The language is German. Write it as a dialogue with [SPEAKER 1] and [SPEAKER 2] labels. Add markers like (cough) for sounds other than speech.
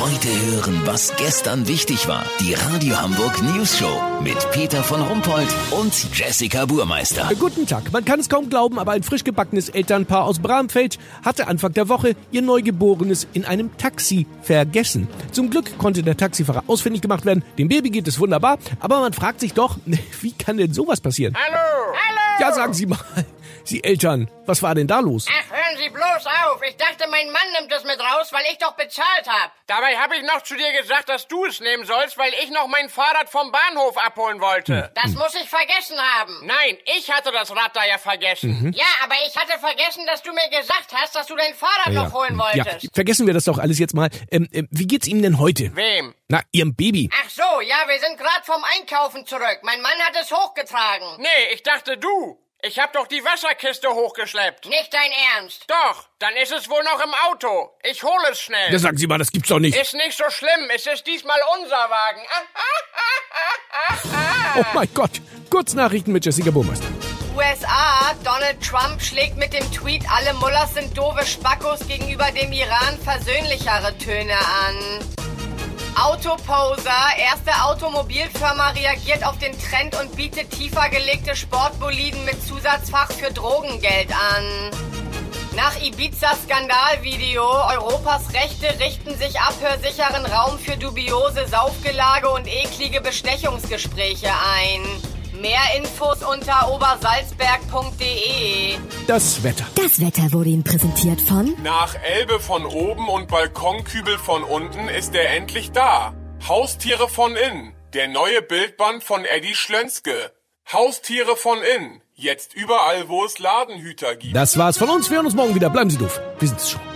[SPEAKER 1] Heute hören, was gestern wichtig war. Die Radio Hamburg News Show mit Peter von Rumpold und Jessica Burmeister.
[SPEAKER 2] Guten Tag. Man kann es kaum glauben, aber ein frisch gebackenes Elternpaar aus Bramfeld hatte Anfang der Woche ihr Neugeborenes in einem Taxi vergessen. Zum Glück konnte der Taxifahrer ausfindig gemacht werden. Dem Baby geht es wunderbar, aber man fragt sich doch, (laughs) wie kann denn sowas passieren?
[SPEAKER 3] Hallo! Hallo!
[SPEAKER 2] Ja, sagen Sie mal, (laughs) Sie Eltern, was war denn da los?
[SPEAKER 3] Ach, hören Sie bloß auf! Ich dachte, mein Mann nimmt es mit raus, weil ich doch bezahlt hab.
[SPEAKER 4] Dabei habe ich noch zu dir gesagt, dass du es nehmen sollst, weil ich noch mein Fahrrad vom Bahnhof abholen wollte.
[SPEAKER 5] Hm.
[SPEAKER 3] Das
[SPEAKER 2] Hm.
[SPEAKER 3] muss ich vergessen haben.
[SPEAKER 4] Nein, ich hatte das Rad da ja vergessen.
[SPEAKER 5] Mhm.
[SPEAKER 3] Ja, aber ich hatte vergessen, dass du mir gesagt hast, dass du dein Fahrrad noch holen
[SPEAKER 2] ja,
[SPEAKER 3] wolltest.
[SPEAKER 2] vergessen wir das doch alles jetzt mal. Ähm, ähm, wie geht's Ihnen denn heute?
[SPEAKER 4] Wem?
[SPEAKER 2] Na, Ihrem Baby.
[SPEAKER 3] Ach so, ja, wir sind gerade vom Einkaufen zurück. Mein Mann hat es hochgetragen.
[SPEAKER 4] Nee, ich dachte du. Ich habe doch die Wasserkiste hochgeschleppt.
[SPEAKER 3] Nicht dein Ernst.
[SPEAKER 4] Doch, dann ist es wohl noch im Auto. Ich hole es schnell.
[SPEAKER 2] Ja, sagen Sie mal, das gibt's doch nicht.
[SPEAKER 4] ist nicht so schlimm. Es ist diesmal unser Wagen. Ah,
[SPEAKER 2] Oh mein Gott. Kurz Nachrichten mit Jessica Burmeister.
[SPEAKER 5] USA, Donald Trump schlägt mit dem Tweet, alle Mullers sind doofe Spackos gegenüber dem Iran versöhnlichere Töne an. Autoposer, erste Automobilfirma reagiert auf den Trend und bietet tiefer gelegte Sportboliden mit Zusatzfach für Drogengeld an. Nach Ibiza-Skandalvideo, Europas Rechte richten sich abhörsicheren Raum für dubiose Saufgelage und eklige Bestechungsgespräche ein. Mehr Infos unter obersalzberg.de.
[SPEAKER 2] Das Wetter.
[SPEAKER 6] Das Wetter wurde Ihnen präsentiert von
[SPEAKER 7] Nach Elbe von oben und Balkonkübel von unten ist er endlich da. Haustiere von innen. Der neue Bildband von Eddie Schlönske. Haustiere von innen. Jetzt überall, wo es Ladenhüter gibt.
[SPEAKER 2] Das war's von uns. Wir hören uns morgen wieder. Bleiben Sie doof. Wir sind's schon.